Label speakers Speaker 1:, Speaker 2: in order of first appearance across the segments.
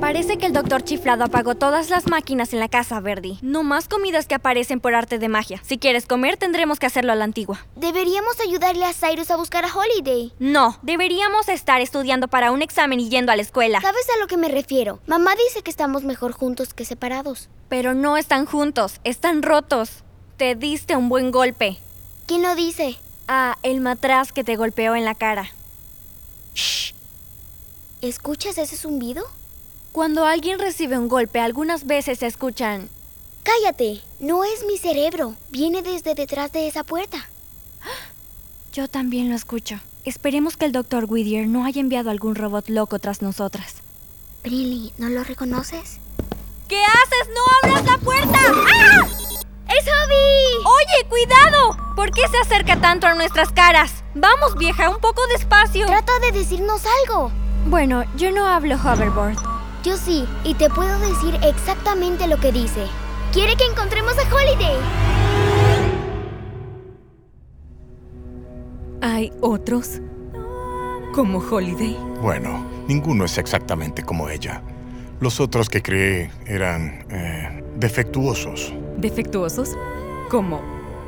Speaker 1: Parece que el doctor chiflado apagó todas las máquinas en la casa, Verdi. No más comidas que aparecen por arte de magia. Si quieres comer, tendremos que hacerlo a la antigua.
Speaker 2: Deberíamos ayudarle a Cyrus a buscar a Holiday.
Speaker 1: No, deberíamos estar estudiando para un examen y yendo a la escuela.
Speaker 2: ¿Sabes a lo que me refiero? Mamá dice que estamos mejor juntos que separados.
Speaker 1: Pero no están juntos, están rotos. Te diste un buen golpe.
Speaker 2: ¿Quién lo dice?
Speaker 1: Ah, el matraz que te golpeó en la cara.
Speaker 2: ¿Escuchas ese zumbido?
Speaker 1: Cuando alguien recibe un golpe, algunas veces se escuchan...
Speaker 2: Cállate, no es mi cerebro. Viene desde detrás de esa puerta.
Speaker 1: Yo también lo escucho. Esperemos que el doctor Whittier no haya enviado algún robot loco tras nosotras.
Speaker 2: Brilli, ¿no lo reconoces?
Speaker 1: ¿Qué haces? ¡No abras la puerta! ¡Ah!
Speaker 2: ¡Es Hobby!
Speaker 1: ¡Oye, cuidado! ¿Por qué se acerca tanto a nuestras caras? Vamos, vieja, un poco despacio.
Speaker 2: Trata de decirnos algo.
Speaker 1: Bueno, yo no hablo hoverboard.
Speaker 2: Yo sí, y te puedo decir exactamente lo que dice. Quiere que encontremos a Holiday.
Speaker 3: ¿Hay otros? ¿Como Holiday?
Speaker 4: Bueno, ninguno es exactamente como ella. Los otros que creé eran eh, defectuosos.
Speaker 3: ¿Defectuosos? ¿Como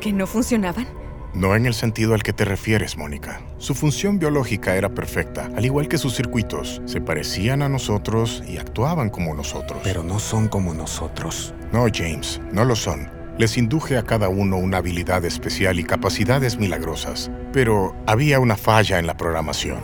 Speaker 3: que no funcionaban?
Speaker 4: No en el sentido al que te refieres, Mónica. Su función biológica era perfecta, al igual que sus circuitos. Se parecían a nosotros y actuaban como nosotros.
Speaker 5: Pero no son como nosotros.
Speaker 4: No, James, no lo son. Les induje a cada uno una habilidad especial y capacidades milagrosas. Pero había una falla en la programación.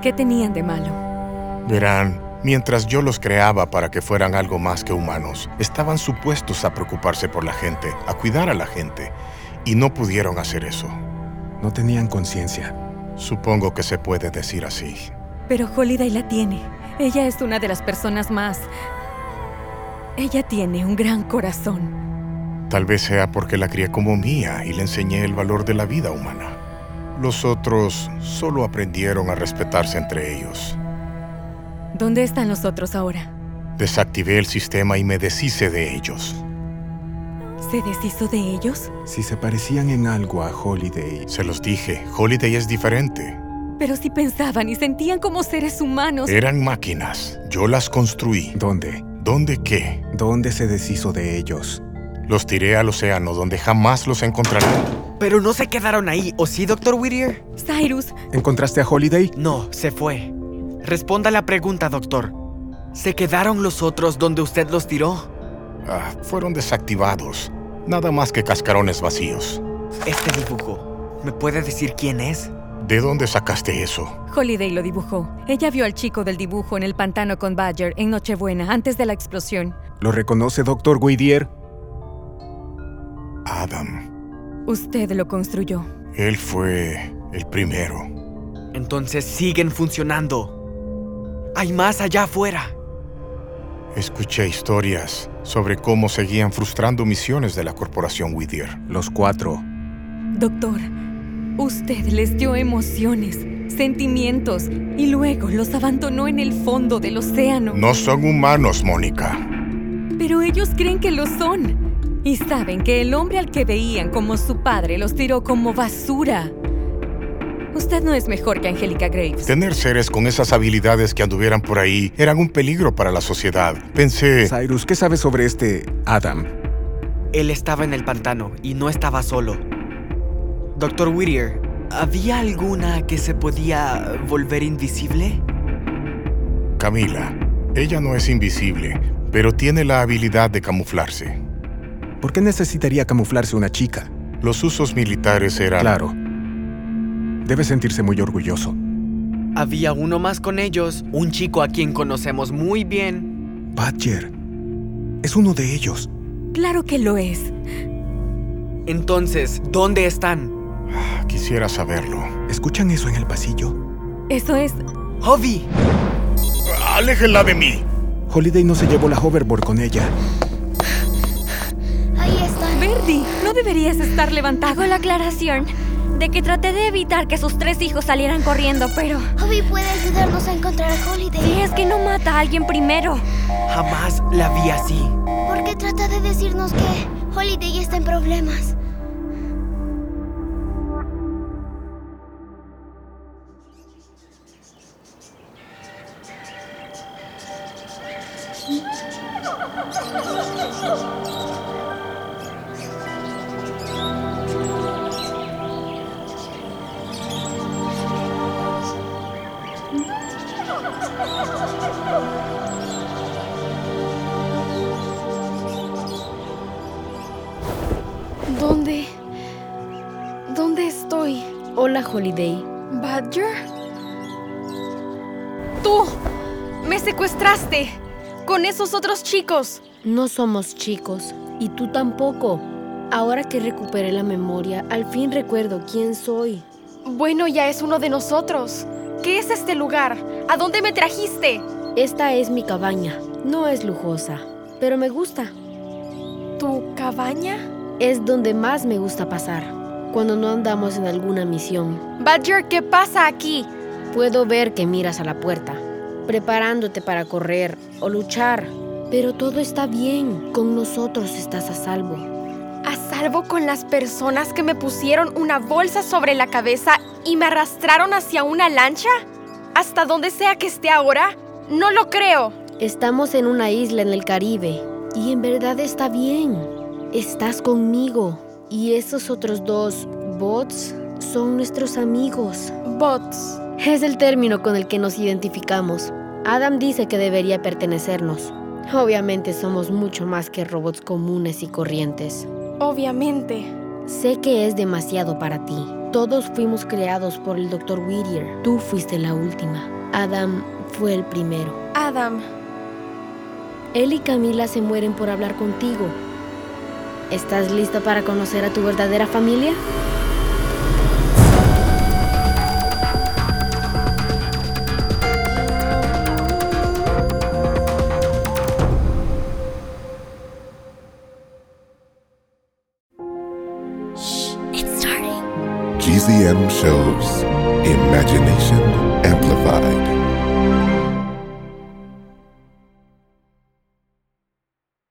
Speaker 3: ¿Qué tenían de malo?
Speaker 4: Verán, mientras yo los creaba para que fueran algo más que humanos, estaban supuestos a preocuparse por la gente, a cuidar a la gente, y no pudieron hacer eso.
Speaker 5: No tenían conciencia.
Speaker 4: Supongo que se puede decir así.
Speaker 3: Pero Holiday la tiene. Ella es una de las personas más... Ella tiene un gran corazón.
Speaker 4: Tal vez sea porque la crié como mía y le enseñé el valor de la vida humana. Los otros solo aprendieron a respetarse entre ellos.
Speaker 3: ¿Dónde están los otros ahora?
Speaker 4: Desactivé el sistema y me deshice de ellos.
Speaker 3: ¿Se deshizo de ellos?
Speaker 5: Si se parecían en algo a Holiday,
Speaker 4: Se los dije, Holiday es diferente.
Speaker 3: Pero si pensaban y sentían como seres humanos...
Speaker 4: Eran máquinas. Yo las construí.
Speaker 5: ¿dónde?
Speaker 4: ¿Dónde qué?
Speaker 5: ¿Dónde se deshizo de ellos?
Speaker 4: Los tiré al océano donde jamás los encontrarán.
Speaker 6: Pero no se quedaron ahí, ¿o sí, Doctor Whittier?
Speaker 3: Cyrus,
Speaker 5: ¿Encontraste a Holiday?
Speaker 6: No, se fue. Responda la pregunta, doctor. ¿Se quedaron los otros donde usted los tiró?
Speaker 4: Ah, fueron desactivados. Nada más que cascarones vacíos.
Speaker 6: Este dibujo, ¿me puede decir quién es?
Speaker 4: ¿De dónde sacaste eso?
Speaker 3: Holiday lo dibujó. Ella vio al chico del dibujo en el pantano con Badger en Nochebuena, antes de la explosión.
Speaker 5: ¿Lo reconoce Doctor Whittier?
Speaker 4: Adam.
Speaker 3: Usted lo construyó.
Speaker 4: Él fue el primero.
Speaker 6: Entonces siguen funcionando. Hay más allá afuera.
Speaker 4: Escuché historias sobre cómo seguían frustrando misiones de la corporación Whittier.
Speaker 5: Los cuatro.
Speaker 3: Doctor, usted les dio emociones, sentimientos y luego los abandonó en el fondo del océano.
Speaker 4: No son humanos, Mónica.
Speaker 3: Pero ellos creen que lo son. Y saben que el hombre al que veían como su padre los tiró como basura. Usted no es mejor que Angélica Graves.
Speaker 4: Tener seres con esas habilidades que anduvieran por ahí eran un peligro para la sociedad. Pensé,
Speaker 5: Cyrus, ¿qué sabes sobre este Adam?
Speaker 6: Él estaba en el pantano y no estaba solo. Doctor Whittier, ¿había alguna que se podía volver invisible?
Speaker 4: Camila, ella no es invisible, pero tiene la habilidad de camuflarse.
Speaker 5: ¿Por qué necesitaría camuflarse una chica?
Speaker 4: Los usos militares eran...
Speaker 5: Claro. Debe sentirse muy orgulloso.
Speaker 6: Había uno más con ellos, un chico a quien conocemos muy bien.
Speaker 5: Badger. Es uno de ellos.
Speaker 3: Claro que lo es.
Speaker 6: Entonces, ¿dónde están?
Speaker 4: Ah, Quisiera saberlo.
Speaker 5: ¿Escuchan eso en el pasillo?
Speaker 3: Eso es...
Speaker 6: ¡Hobby!
Speaker 4: ¡Aléjenla de mí!
Speaker 5: Holiday no se llevó la hoverboard con ella.
Speaker 2: Ahí están.
Speaker 3: Verdi, no deberías estar levantado.
Speaker 1: Hago la aclaración de que traté de evitar que sus tres hijos salieran corriendo, pero
Speaker 2: Hobby puede ayudarnos a encontrar a
Speaker 1: si
Speaker 2: Holiday.
Speaker 1: es que no mata a alguien primero.
Speaker 6: Jamás la vi así.
Speaker 2: Porque trata de decirnos que Holiday está en problemas.
Speaker 7: ¿Dónde? ¿Dónde estoy? Hola, Holiday. ¿Badger?
Speaker 3: ¡Tú! ¡Me secuestraste! ¡Con esos otros chicos!
Speaker 7: No somos chicos, y tú tampoco. Ahora que recuperé la memoria, al fin recuerdo quién soy.
Speaker 8: Bueno, ya es uno de nosotros. ¿Qué es este lugar? ¿A dónde me trajiste?
Speaker 7: Esta es mi cabaña. No es lujosa, pero me gusta.
Speaker 8: ¿Tu cabaña?
Speaker 7: Es donde más me gusta pasar, cuando no andamos en alguna misión.
Speaker 8: Badger, ¿qué pasa aquí?
Speaker 7: Puedo ver que miras a la puerta, preparándote para correr o luchar. Pero todo está bien, con nosotros estás a salvo.
Speaker 8: A salvo con las personas que me pusieron una bolsa sobre la cabeza y me arrastraron hacia una lancha? ¿Hasta donde sea que esté ahora? No lo creo.
Speaker 7: Estamos en una isla en el Caribe y en verdad está bien. Estás conmigo y esos otros dos bots son nuestros amigos.
Speaker 8: Bots.
Speaker 7: Es el término con el que nos identificamos. Adam dice que debería pertenecernos. Obviamente somos mucho más que robots comunes y corrientes.
Speaker 8: Obviamente.
Speaker 7: Sé que es demasiado para ti. Todos fuimos creados por el Dr. Whittier. Tú fuiste la última. Adam fue el primero.
Speaker 8: Adam.
Speaker 7: Él y Camila se mueren por hablar contigo. ¿Estás listo para conocer a tu verdadera familia?
Speaker 2: It's starting.
Speaker 9: GZM shows Imagination Amplified.